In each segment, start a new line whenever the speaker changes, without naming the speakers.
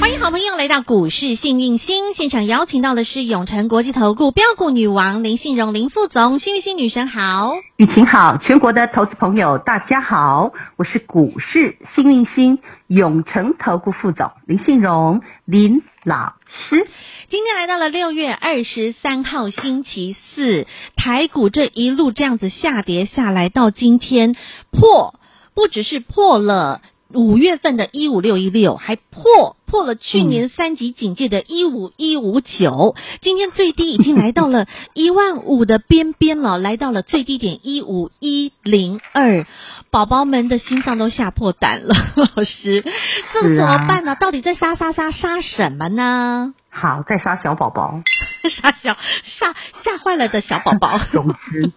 欢迎好朋友来到股市幸运星现场，邀请到的是永诚国际投顾标股女王林信荣林副总，幸运星女神好。
雨晴好，全国的投资朋友大家好，我是股市幸运星永诚投顾副总林信荣林老师。
今天来到了六月二十三号星期四，台股这一路这样子下跌下来，到今天破，不只是破了五月份的一五六一六，还破破了去
嗯
年三级警戒的一五一五九，今天最低已经来到 了一万五的边边了，来到了最低点一五一零二，宝宝们的心脏都吓破胆了，老师，这怎
是啊
么办呢？到底在杀杀杀杀什么呢？
好，在杀小宝宝
吓小吓吓坏了的小宝 宝，
融资，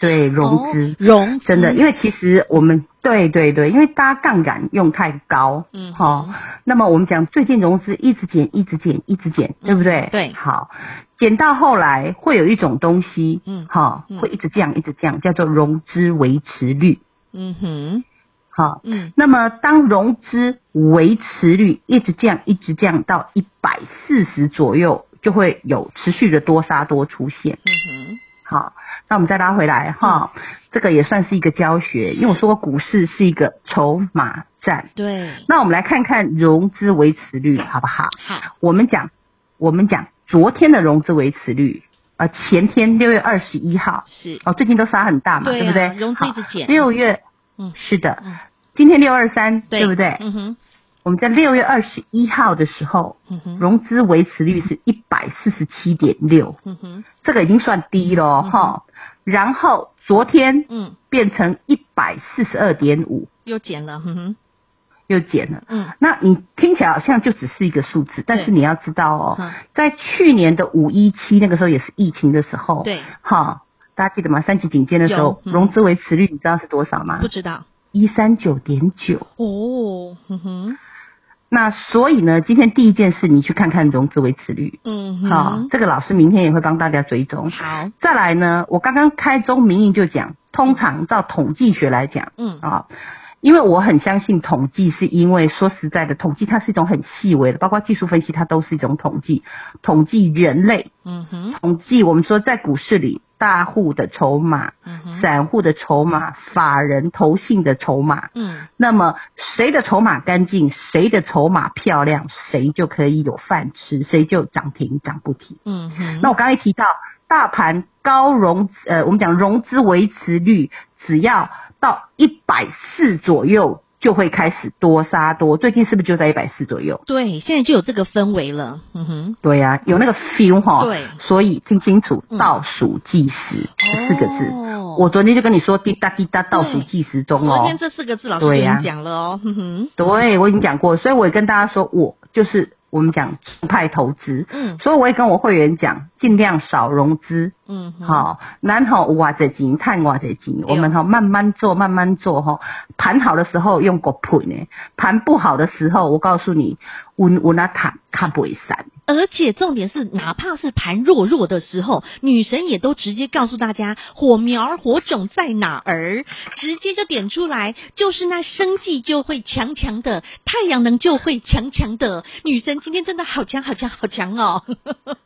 对融资
哦、，融资
真的，因为其实我们对对对，因为大家杠杆用太高，
嗯
好、那么我们讲最近融资一直减，一直减，一直减，对不对？
嗯对
好，减到后来会有一种东西，
嗯
好、
嗯
会一直降，一直降，叫做融资维持率，
嗯哼，
好、
嗯
那么，当融资维持率一直降，一直降到一百四十左右，就会有持续的多杀多出现。
嗯哼，
好，那我们再拉回来哈，
嗯
这个也算是一个教学，因为我说过股市是一个筹码战。
对，
那我们来看看融资维持率好不好？
好，
我们讲，我们讲昨天的融资维持率，呃，前天六月二十一号，
是，
哦，最近都杀很大嘛，
对
对,、
啊
不对？
融资一
好
直减
六月，
嗯
是的，
嗯，
今天六二三，对不对？
嗯哼，
我们在六月二十一号的时候，
嗯哼，
融资维持率是一百四十七点六，
嗯哼，
这个已经算低了哦
嗯
哈、然后昨天
嗯，
变成一百四十二点五，
又减了，嗯哼，
又减了。
嗯，
那你听起来好像就只是一个数字，但是你要知道哦
嗯，
在去年的五一七那个时候也是疫情的时候，，
对，
哈，大家记得吗？三级警戒的时候
有，嗯嗯
融资维持率你知道是多少吗
不？知道，
一三九点九。
哦，嗯哼，
那所以呢，今天第一件事你去看看融资维持率，
嗯
好、
哼，
这个老师明天也会帮大家追踪。
好，
再来呢，我刚刚开宗明义就讲，通常照统计学来讲
嗯，
啊、因为我很相信统计，是因为说实在的，统计它是一种很细微的，包括技术分析，它都是一种统计。统计人类，
嗯哼，
统计我们说在股市里，大户的筹码、
嗯哼，
散户的筹码、法人投信的筹码。
嗯，
那么谁的筹码干净，谁的筹码漂亮，谁就可以有饭吃，谁就涨停涨不停。
嗯哼，
那我刚才提到，大盘高融呃，我们讲融资维持率只要到一百四左右，就会开始多杀多。最近是不是就在一百四左右？
对，现在就有这个氛围了，嗯哼，
对呀、有那个 feel 哈。
对
所以听清楚
嗯，
倒数计时这四个字。
哦
我昨天就跟你说，滴答滴答，倒数计时中
昨
哦
天。这四个字老师
对
给
呀
你讲了哦，嗯哼，
对，我已经讲过，所以我也跟大家说，我就是我们讲正派投资，
嗯
所以我也跟我会员讲，尽量少融资，
嗯哼，
好，然后哇这钱，探哇这钱，我们哈慢慢做，慢慢做哈。盘好的时候用国盘呢，盘不好的时候，我告诉你，稳稳啊砍砍不会散。
而且重点是，哪怕是盘弱弱的时候，女神也都直接告诉大家火苗儿火种在哪儿，直接就点出来，就是那生计就会强强的，太阳能就会强强的。女神今天真的好强好强好强哦！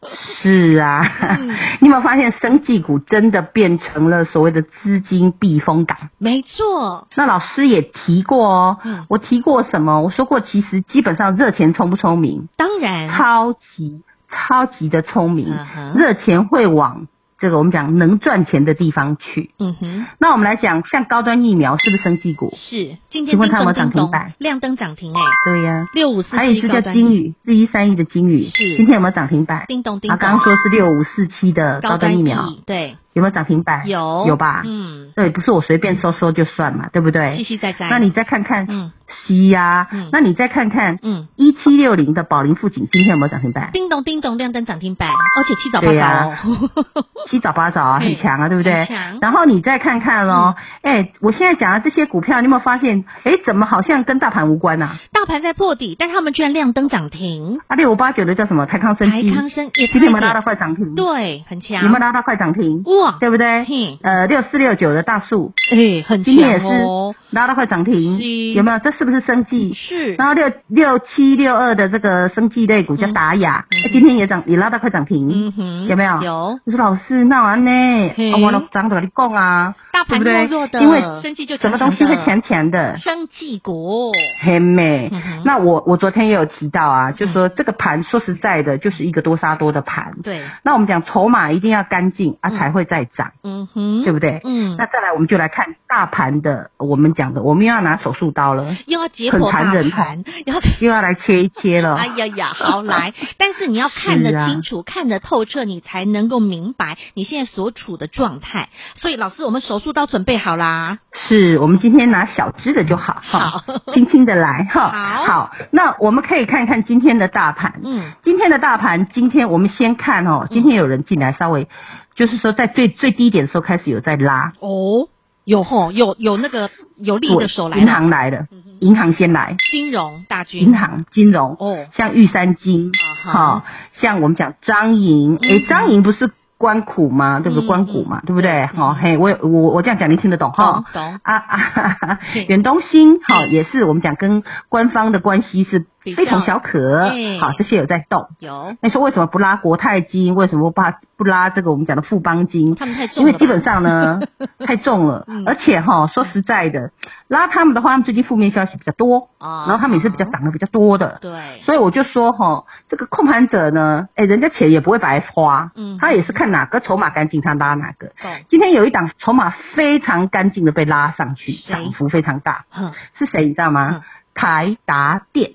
是啊，
嗯
你有没有发现生技股真的变成了所谓的资金避风港？
没错，
那老师也提过哦，
嗯
我提过什么？我说过，其实基本上热钱聪不聪明，
当然，
超级超级的聪明，
嗯哼，
热钱会往这个我们讲能赚钱的地方去。
嗯哼，
那我们来讲，像高端疫苗是不是生技股？
是今天
请问
叮
它有没
咚
有涨
叮
停
咚
板
亮灯涨停哎，
对呀、
六五四
还有一
七
只
高
叫
端
金宇，四一三一的金宇，
是
今天有没有涨停板？
叮咚叮
啊，
咚，
刚刚说是六五四七的高端疫苗，
对，
有没有涨停板？
有
有吧？
嗯，
对，不是我随便说说就算嘛，对不对
细？细在在。
那你再看看，
嗯
西呀、
嗯
那你再看看
嗯，
一七六零的宝林富锦今天有没有涨停板？
叮咚叮咚亮灯涨停板，而且七早八
对
早哦。
七早八早啊，
嘿
很强啊，对不对
很强？嗯
然后你再看看咯，哎、我现在讲的这些股票，你有没有发现？哎，怎么好像跟大盘无关啊呐、
大盘在破底，但他们居然亮灯涨停
啊？，啊，六五八九的叫什么？台康生
台
机，
康生也差一
今天有没有拉到
点，
快涨停？，
对，很强
有没有。拉到快涨停？
哇，
对不对
嘿？
呃，六四六九的大树
哎，很
今天也
强
是
哦，
拉到快涨停
是，
有没有？这是不是生计？
是
然后六六七六二的这个生计类股叫达雅，
嗯嗯
哎今天也涨，也拉到快涨停。
嗯哼
有没有？
有。
我说老师，那完呢？
嘿
啊我都涨跟你讲啊，
大盘
对不对
弱弱的
因为
生计就
什
强
么
强的
东西会强强的？
生技股，
很美
嗯哼。
那我我昨天也有提到啊，就说这个盘说实在的，就是一个多杀多的盘。
对，
那我们讲筹码一定要干净啊，
嗯
才会再涨，
嗯哼，
对不对？
嗯，
那再来，我们就来看大盘的，我们讲的，我们又要拿手术刀了，
又要解剖
很
大
残忍
盘，要
又要来切一切了。
哎呀呀，好 来，但是你要看得清
啊
楚、看得透彻，你才能够明白你现在所处的状态。所以老师，我们手术刀准备好啦。
是我们今天拿小只的就好，
好
哈， 轻轻的来哈。
好
那我们可以看看今天的大盘。
嗯，
今天的大盘，今天我们先看哦，今天有人进来，稍微就是说在最最低点的时候开始有在拉，
哦，有吼，有有那个有力的手来嗯
对银行来了，银行先来，
金融大军
银行、金融，
哦
像玉山金，
啊哈
好、像我们讲张营，诶，张营不是关谷吗？对
嗯
不对？关谷嘛，对不对？
嗯
好、嘿，我我我这样讲你听得懂哈
懂？懂
啊啊哈哈
对，
远东新好、也是我们讲跟官方的关系是
比较
非同小可
对，
好，这些有在动。
有，
那你说为什么不拉国泰金？为什么不拉不拉这个我们讲的富邦金？
他们太重
因
了
为
吧，
基本上 呢太重了
嗯，
而且哈、说实在的，拉他们的话，他们最近负面消息比较多，
啊
然后他们也是比较涨得比较多的，
对，
所以我就说哈、这个控盘者呢，哎，人家钱也不会白花，
嗯
他也是看哪个筹码干净，他拉哪个。
懂，
今天有一档筹码非常干净的被拉上去，
谁
涨幅非常大，
哼，
是谁你知道吗？
嗯
台达电，
哦。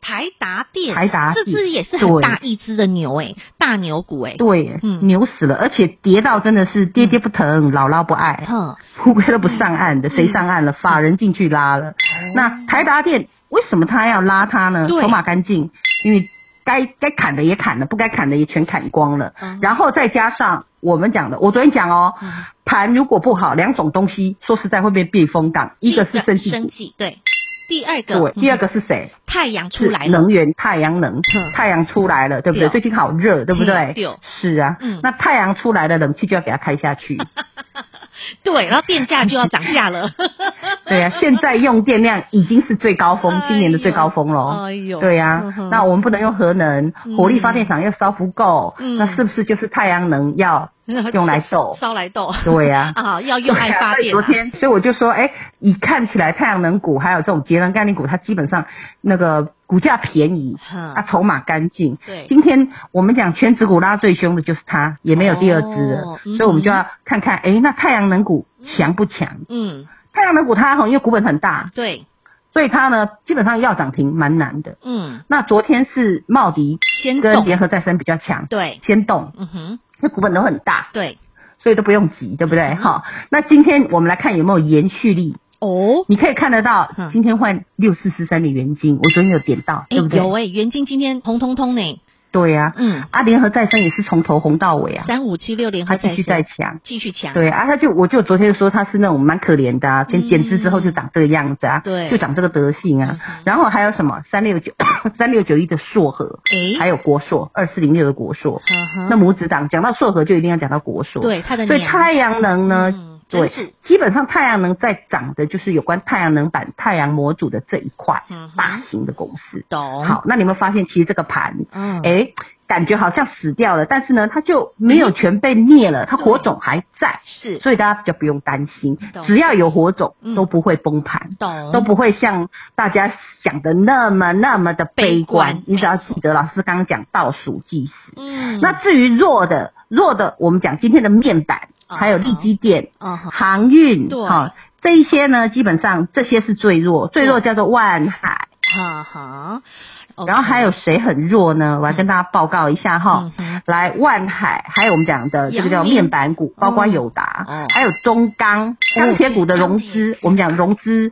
台达电，
台达
这
电
只也是很
对
大一只的牛哎、大牛股哎、
对，
嗯
牛死了，而且跌到真的是跌跌不疼，姥姥不爱。
哼，
乌龟都不上岸
嗯
的，谁上岸了？法人进去拉
哦
了。那台达电为什么他要拉他呢？
对
筹码干净，因为该该砍的也砍了，不该砍的也全砍光了。
嗯
然后再加上我们讲的，我昨天讲哦，
嗯
盘如果不好，两种东西说实在会被避风港，一个是生
生
技股，
对，第二个
对，，第二
嗯
个是谁？
太阳出
是
来了，
能源，太阳能
嗯，
太阳出来了，对不
对
对？
哦
最近好热，对不
嗯
对
对哦？
是啊
嗯，
那太阳出来了，冷气就要给它开 下去。
对，然后电价就要涨价 了，
对呀、现在用电量已经是最高峰，今年的最高峰喽。
哎呦，嗯
对呀、
哼
那我们不能用核能
嗯，
火力发电厂又烧不够，
嗯
那是不是就是太阳能要用来斗？
烧来斗，
对呀、
啊，要用爱发
对
电
啊所以昨
啊，
天，所以我就说，哎，以看起来太阳能股还有这种节能概念股，它基本上那个股价便宜，
嗯
啊，筹码干净。
对
今天我们讲全指股拉最凶的就是它，也没有第二只了，
哦嗯
所以我们就要看看，哎，那太阳能股强不强？
嗯，
太阳能股它哈，因为股本很大，
对，
所以它呢基本上要涨停蛮难的。
嗯，
那昨天是茂迪
先
跟
动，
联合再生比较强，
对，
先动，
嗯哼，
那股本都很大，
对，
所以都不用急，对
嗯
不对？好，那今天我们来看有没有延续力，
哦。
你可以看得到
嗯，
今天换六四四三的元金，我昨天有点到，
哎，
对不对？
有哎，元金今天红彤彤呢，
对呀、啊，
嗯，
联合再生也是从头红到尾啊，
三五七六联合
它
再
继续在
生
强。
继续强，
对啊，他就我就昨天说他是那种蛮可怜的啊，减减资之后就长这个样子啊，
嗯对
就长这个德性啊。
嗯哼
然后还有什么三六九 三六九一的硕和，
哎，
还有国硕二四零六的国硕，
嗯哼，
那母子档讲到硕和就一定要讲到国硕，，
对它的
所以
娘
太阳能呢，
嗯
对
真是，
基本上太阳能在涨的就是有关太阳能板、太阳模组的这一块
嗯哼
大型的公司。
懂，
好，那你有没有发现其实这个盘
哦嗯，
哎，感觉好像死掉了，但是呢，它就没有全被灭
嗯
了，它火种还在，
是
所以大家比较不用担心
懂，
只要有火种
嗯哦
都不会崩盘。
懂，
都不会像大家想的那么那么的悲
悲观
观，你只要
没错
记得老师刚刚讲倒数计时。
嗯，
那至于弱的，弱的我们讲今天的面板，
啊
还有利基电、
嗯哼，
航运，
对
哈这一些呢，基本上这些是最弱，最弱叫做万海，
哈哈，
然后还有谁很弱呢？我来跟大家报告一下哈。
哦嗯哼
来万海，还有我们讲的这个叫
阳明
面板股，包括
嗯
友达，
哦
还有中钢钢铁股的融资，我们讲融资。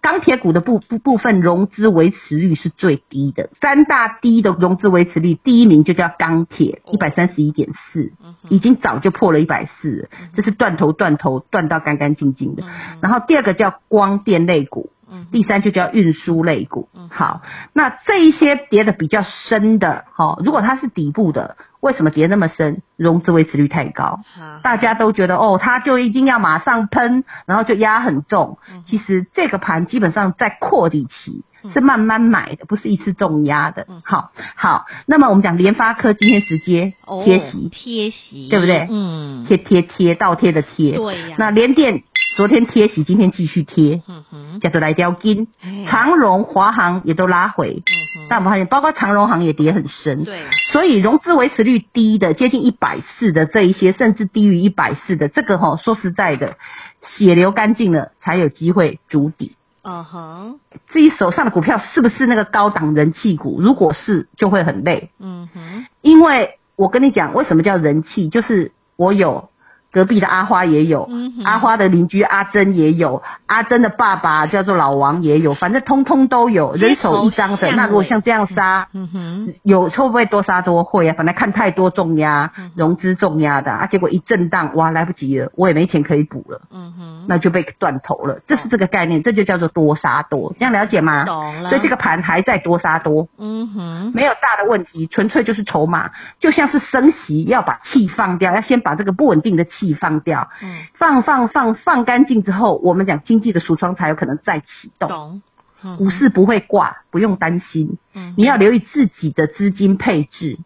钢铁股的部部部分融资维持率是最低的，三大低的融资维持率，第一名就叫钢铁，一百三十一点四，
哦嗯哼
已经早就破了一百四，这是断头断头断到干干净净的。
嗯
然后第二个叫光电类股，
嗯
第三就叫运输类股
嗯。
好，那这一些跌的比较深的，哦，如果它是底部的，为什么跌那么深？融资维持率太高，
好，
大家都觉得哦，它就一定要马上喷，然后就压很重。其实这个盘基本上在扩底期
嗯。
是慢慢买的，不是一次重压的
嗯。
好，好，那么我们讲联发科今天直接
哦
贴息，
贴息，
对不对
嗯，
贴贴贴倒贴的贴。
对呀
那联电昨天贴息，今天继续贴，
嗯哼，
叫做来雕金。
哎
长荣、华航也都拉回，
嗯哼，
但我们发现，包括长荣行也跌很深。。
对，
所以融资维持率低的，接近一百四的这一些，甚至低于一百四的，这个哈、说实在的，血流干净了才有机会筑底。
嗯哼，
自己手上的股票是不是那个高档人气股？如果是，就会很累。
嗯哼，
因为我跟你讲，为什么叫人气，就是我有。隔壁的阿花也有，
嗯哼
哦阿花的邻居阿珍也有，阿珍的爸爸叫做老王也有，反正通通都有，
街
人
头
手一张的。
巷
那如果
尾
像这样杀，
嗯哼，
有会不会多杀多会啊？本来看太多重压
嗯哼、
融资重压的啊，结果一震荡，哇，来不及了，我也没钱可以补了，
嗯哼，
那就被断头了。这是这个概念，这就叫做多杀多，这样了解吗？
懂了
所以这个盘还在多杀多，
嗯哼，
没有大的问题，纯粹就是筹码，就像是升息要把气放掉，要先把这个不稳定的气放掉，
嗯，
放放放放干净之后，我们讲经济的橱窗才有可能再启动。
懂，嗯
股市不会挂，不用担心。
嗯哼
你要留意自己的资金配置，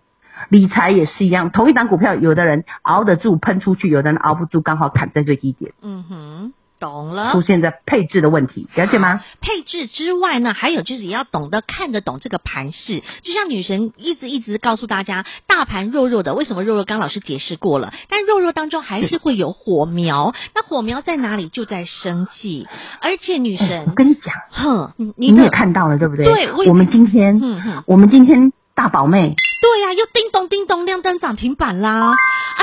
理财也是一样。同一档股票，有的人熬得住喷出去，有的人熬不住，刚好砍在最低点，
嗯哼，懂了
出。现在配置的问题，了解吗？
配置之外呢，还有就是也要懂得看得懂这个盘势。就像女神一直一直告诉大家，大盘弱弱的，为什么弱弱？刚老师解释过了，但弱弱当中还是会有火苗。那火苗在哪里？就在生气。而且女
哎我
神，
跟你讲，
哼，你你
你也
的
看到了，对不对？
对我也
我们今天，
嗯哼
我们今天大宝妹，
对啊呀、又叮咚叮咚亮灯涨停板啦！啊，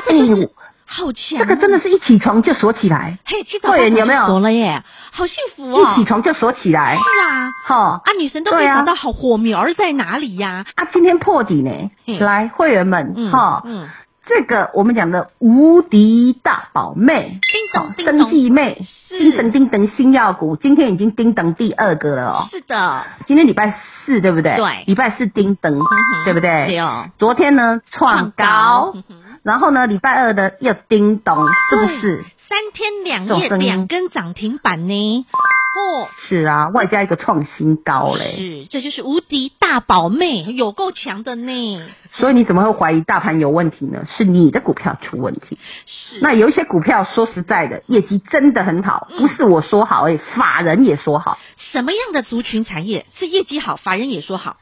这就
哎
是
我
好强、啊
这个真的。是一起床就锁起来，
嘿，七早八
会员
早
有没有
就锁了耶？好幸福哦！
一起床就锁起来，
是啊，
哈。
啊，女神都可以
对啊
找到好火苗儿在哪里呀、
啊，今天破底呢
嗯！
来，会员们，
嗯，
哈、
嗯，
这个我们讲的无敌大宝妹，
叮咚
哦
叮咚
生计妹，
是
叮等叮等新药股，今天已经叮等第二个了哦。
是的，
今天礼拜四对不对？
对
礼拜四叮等，
哼
对不对？
对哦
昨天呢创高，
嗯哼
然后呢礼拜二的又叮咚，是不是
对？三天两
这种
夜
声音
两根涨停板呢？哦，
是啊，外加一个创新高嘞。
是，这就是无敌大宝妹，有够强的呢。
所以你怎么会怀疑大盘有问题呢？是你的股票出问题。
是，
那有一些股票说实在的，业绩真的很好，
嗯
不是我说好而已，法人也说好。
什么样的族群产业是业绩好，法人也说好？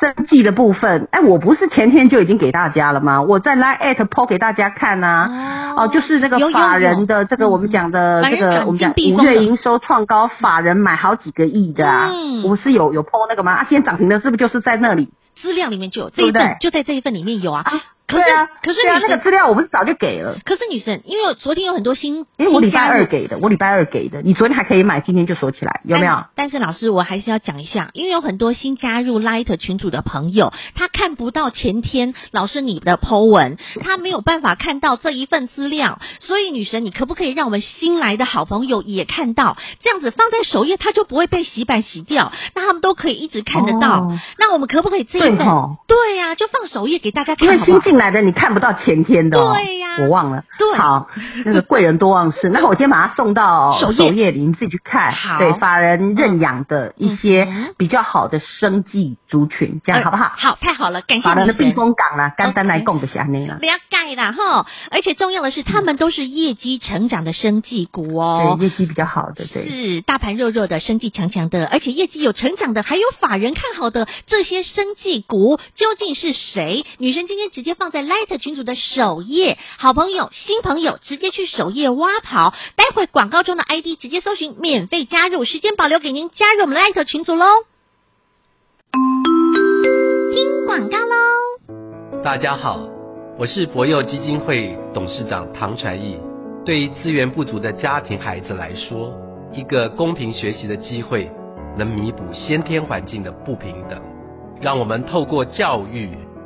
生计的部分，哎，我不是前天就已经给大家了吗？我在 Line at po 给大家看啊，
哦
哦、就是这个
有有
法人的
有
这个我们讲的
法人
这个
砍
我们
进
讲
避
五
风的
月营收创高，法人买好几个亿的啊，
嗯
我是有有 po 那个吗？啊，今天涨停的是不是就是在那里？
资料里面就有这一
对不
份
对，
就在这一份里面有啊。可
对
是
啊，
可是
对啊，
女
那个
神，
资料我不是早就给了。
可是女神，因为我昨天有很多新，
因为我
新
嗯礼拜
加入
二给的，我礼拜二给的，你昨天还可以买，今天就锁起来，有没有
但？？但是老师，我还是要讲一下，因为有很多新加入 Light 群组的朋友，他看不到前天老师你的 Po 文，他没有办法看到这一份资料，所以女神，你可不可以让我们新来的好朋友也看到？这样子放在首页，他就不会被洗版洗掉，那他们都可以一直看得到。
哦
那我们可不可以这一份？
对吼
对呀、就放首页给大家
因
看
为
好不好？
新进来的你看不到前天的、哦，
对呀
我忘了。
对
好，那个贵人多忘 事，那我先把它送到
首
首
页
页里，你自己去看。
好
对，法人认养的
嗯
一
哼
些比较好的生计族群，这样
呃
好不好？
好，太好了，感谢
法人
女
的避
神。
风港啦，简单来
OK
讲就是安尼啦。
了解啦哈，而且重要的是，他们都是业绩成长的生技股哦。
对，业绩比较好的，对。
是大盘弱弱的，生技强强的，而且业绩有成长的，还有法人看好的这些生技股，究竟是谁？女神今天直接放在 Light 群组的首页，好朋友、新朋友直接去首页挖跑，待会广告中的 ID 直接搜寻免费加入，时间保留给您加入我们 Light 群组喽。听广告喽。
大家好，我是博幼基金会董事长唐传义。对于资源不足的家庭孩子来说，一个公平学习的机会，能弥补先天环境的不平等。让我们透过教育，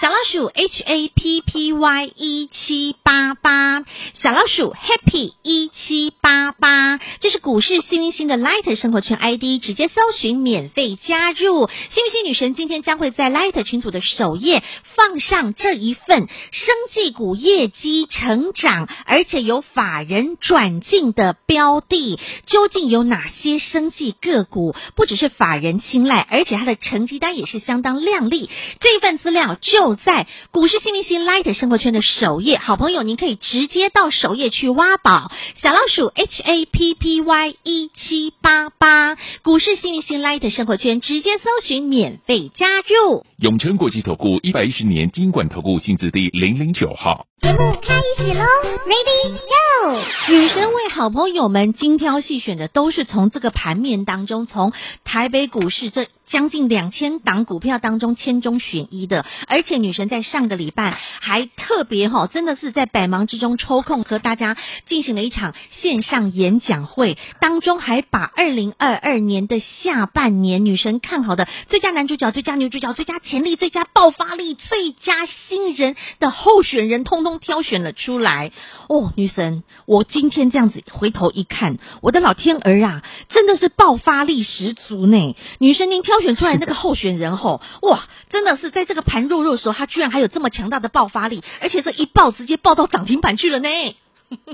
小老鼠 H A P P Y 一七八八，小老鼠 Happy 一七八八，这是股市幸运星的 Light 生活圈 ID，直接搜寻免费加入。幸运星女神今天将会在 Light 群组的首页放上这一份生技股业绩成长，而且有法人转进的标的，究竟有哪些生技个股？不只是法人青睐，而且它的成绩单也是相当亮丽。这一份资料就。在股市新明星 Light 生活圈的首页，好朋友，您可以直接到首页去挖宝。小老鼠 H A P P Y 一七八八，股市新明星 Light 生活圈，直接搜寻免费加入。
永诚国际投顾一百一十年金管投顾新字第零零九号。
节目开始喽，Ready Go！
女神为好朋友们精挑细选的都是从这个盘面当中，从台北股市这将近两千档股票当中千中选一的，而且女神在上个礼拜还特别哈、哦，真的是在百忙之中抽空和大家进行了一场线上演讲会，当中还把二零二二年的下半年女神看好的最佳男主角、最佳女主角、最佳潜力、最佳爆发力、最佳新人的候选人通通。挑选了出来哦，女神，我今天这样子回头一看，我的老天儿啊，真的是爆发力十足呢！女神，您挑选出来那个候选人吼，哇，真的是在这个盘弱弱的时候，他居然还有这么强大的爆发力，而且这一爆直接爆到涨停板去了呢！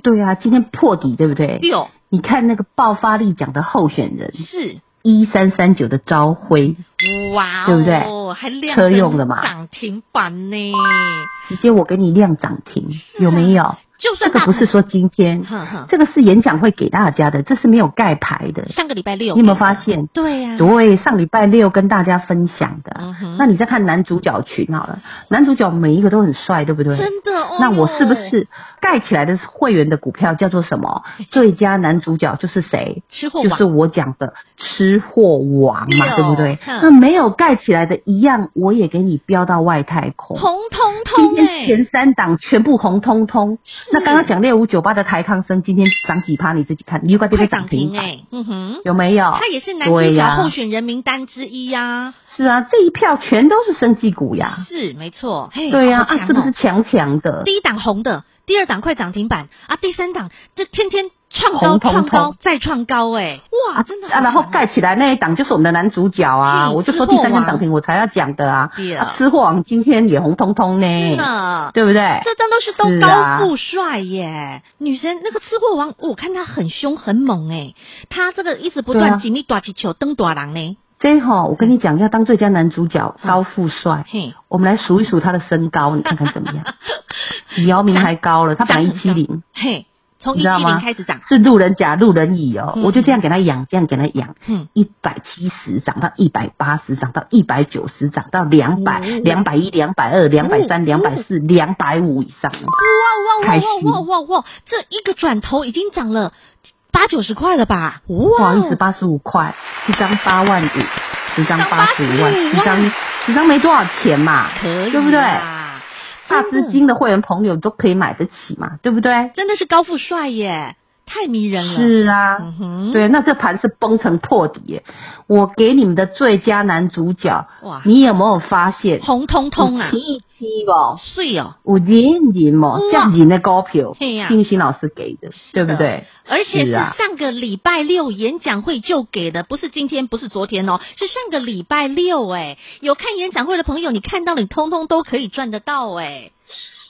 对啊，今天破底对不对？
对哦，
你看那个爆发力奖的候选人
是。
一三三九的朝晖，
哇、
哦，对不对？
还亮
车用的嘛，
涨停板呢，
直接我给你亮涨停，啊、有没有？
就算
这个不是嗯说今天，
呵呵
这个是演讲会给大家的，这是没有盖牌的。
上个礼拜六，
你有没有嗯发现？
对呀、啊，
对，上礼拜六跟大家分享的。
嗯、
那你再看男主角群好了，男主角每一个都很帅，对不对？
真的哦。
那我是不是盖起来的会员的股票叫做什么？最佳男主角就是谁？
吃货
王，就是我讲的吃货王
哦
嘛，对不对？
嗯
那没有盖起来的一样，我也给你标到外太空，
红彤彤、欸。
今天前三档全部红彤彤。那刚刚讲六五九八的台康生今天涨几趴？你自己看，你又这边
涨
停
哎、欸，嗯哼，
有没有？它
也是南主角候选人名单之一呀、啊。
是啊，这一票全都是生技股呀。
是，没错。
对呀、
哦、
啊，啊，是不是强强的？
第一档红的，第二档快涨停板啊，第三档这天天。创高，创高，再创高、欸，哎，哇，真的
啊！然后盖起来那一档就是我们的男主角啊，我就说第三根涨停我才要讲的啊，啊吃货王今天也红彤彤呢，
真的，
哎对不对？
这真都是都高富帅耶，女生那个吃货王，我看他很凶很猛哎、欸，他这个一直不
啊
断紧密短起球登短狼呢。
这哈，我跟你讲，要当最佳男主角，高富帅。我们来数一数他的身高，你看看怎么 样？比姚明还高了，他本来一七零。
嘿。从一七零开始涨，
是路人甲、路人乙哦，嗯、我就这样给他养，这样给他养，一百七十涨到一百八十，涨到一百九十，涨到两百、两百一、两百二、两百三、两百四、两百五以上。
哇哇哇哇哇哇！这一个转头已经涨了八九十块了吧？哦
不好意思，八十五块，一张八万五，十张八十五万，嗯十张十张没多少钱嘛，
可以
对不对？大啊资金的会员朋友都可以买得起嘛，对不对？
嗯真的是高富帅耶，太迷人了。
是啊，嗯、对，那这盘是崩成破底耶。我给你们的最佳男主角，哇，你有没有发现
红彤彤啊？
七一七哦，
碎哦，
五零零哦，像你的高票，
金
哦星老师给的，
啊
对不对？
而且是
啊
上个礼拜六演讲会就给的，不是今天，不是昨天哦，是上个礼拜六哎。有看演讲会的朋友，你看到你通通都可以赚得到哎。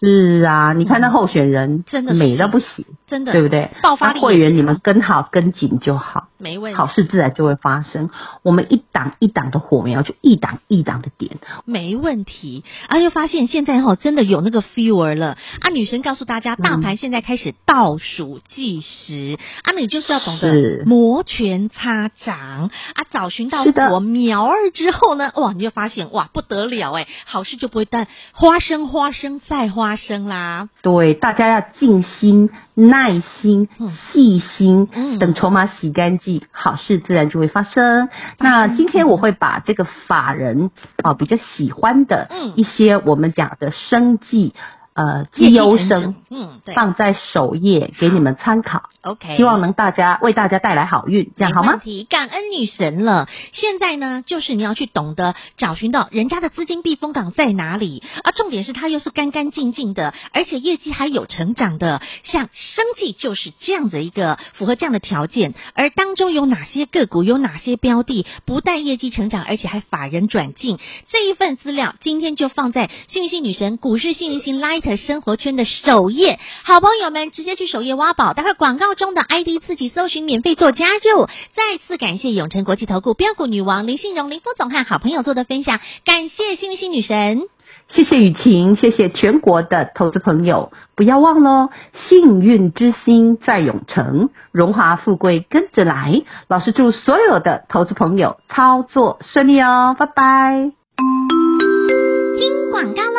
是啊，你看那候选人
嗯真的
美到不行，
真的
对不对？
爆发力
会员你们跟好跟紧就好，
没问题，
好事自然就会发生。我们一档一档的火苗就一档一档的点，
没问题。啊，又发现现在哈、哦、真的有那个 feel 了啊！女神告诉大家，大
嗯
盘现在开始倒数计时、嗯、啊，你就是要懂得摩拳擦掌啊，找寻到火苗儿之后呢，哇，你就发现哇不得了哎，好事就不会淡，花生花生再花。花生啦，
对，大家要静心、耐心
嗯、
细心
嗯，
等筹码洗干净，好事自然就会发生。那今天我会把这个法人啊比较喜欢的
嗯
一些我们讲的生计呃
业绩
绩优
成
生
长，嗯，对哎
放在首页给你们参考，
，OK，
希望能大家为大家带来好运，这样好
没
吗
问？题，感恩女神了。现在呢，就是你要去懂得找寻到人家的资金避风港在哪里，而重点是它又是干干净净的，而且业绩还有成长的。像生计就是这样的一个符合这样的条件，而当中有哪些个股，有哪些标的不但业绩成长，而且还法人转进，这一份资料今天就放在幸运星女神股市幸运星 Light 生活圈的首页，好朋友们直接去首页挖宝，待会广告中的 ID 自己搜寻免费做加入。再次感谢永诚国际投顾标股女王林信荣林副总和好朋友做的分享，感谢幸运星女神。
谢谢雨晴，谢谢全国的投资朋友，不要忘喽，幸运之星在永城，荣华富贵跟着来。老师祝所有的投资朋友操作顺利哦，拜拜。
听广告喽。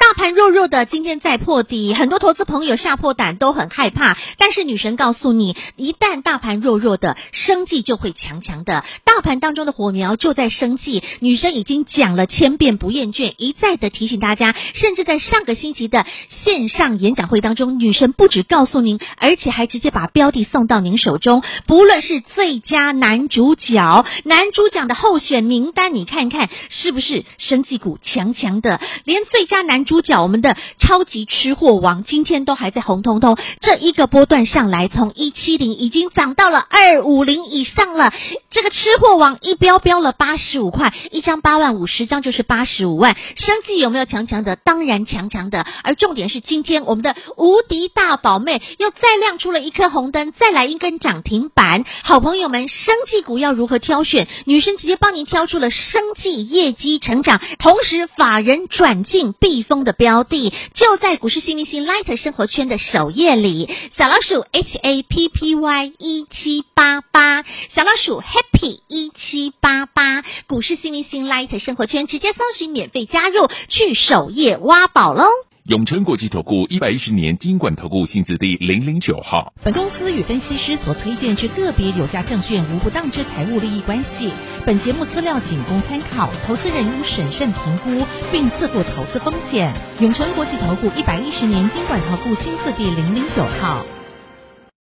大盘弱弱的，今天再破底，很多投资朋友吓破胆，都很害怕。但是女神告诉你，一旦大盘弱弱的，生计就会强强的。大盘当中的火苗就在生计，女神已经讲了千遍不厌倦，一再的提醒大家。甚至在上个星期的线上演讲会当中，女神不止告诉您，而且还直接把标的送到您手中。不论是最佳男主角、男主角的候选名单，你看看是不是生技股强强的？连最佳男主角我们的超级吃货王今天都还在红彤彤，这一个波段上来，从一七零已经涨到了二五零以上了。这个吃货王一标标了八十五块，一张八万五，十张就是八十五万。生计有没有强强的？当然强强的。而重点是今天我们的无敌大宝妹又再亮出了一颗红灯，再来一根涨停板。好朋友们，生计股要如何挑选？女生直接帮您挑出了生计业绩成长，同时法人转进避风的标的，就在股市新明星 Light 生活圈的首页里。小老鼠 H A P P Y 一七八八，小老鼠 Happy 一 E 七八八，股市新明星 Light 生活圈直接搜寻免费加入，去首页挖宝喽。
永诚国际投顾一百一十年金管投顾性质第零零九号。
本公司与分析师所推荐之个别有价证券无不当之财务利益关系。本节目资料仅供参考，投资人应审慎评估并自负投资风险。永诚国际投顾一百一十年经管投顾新字第零零九号。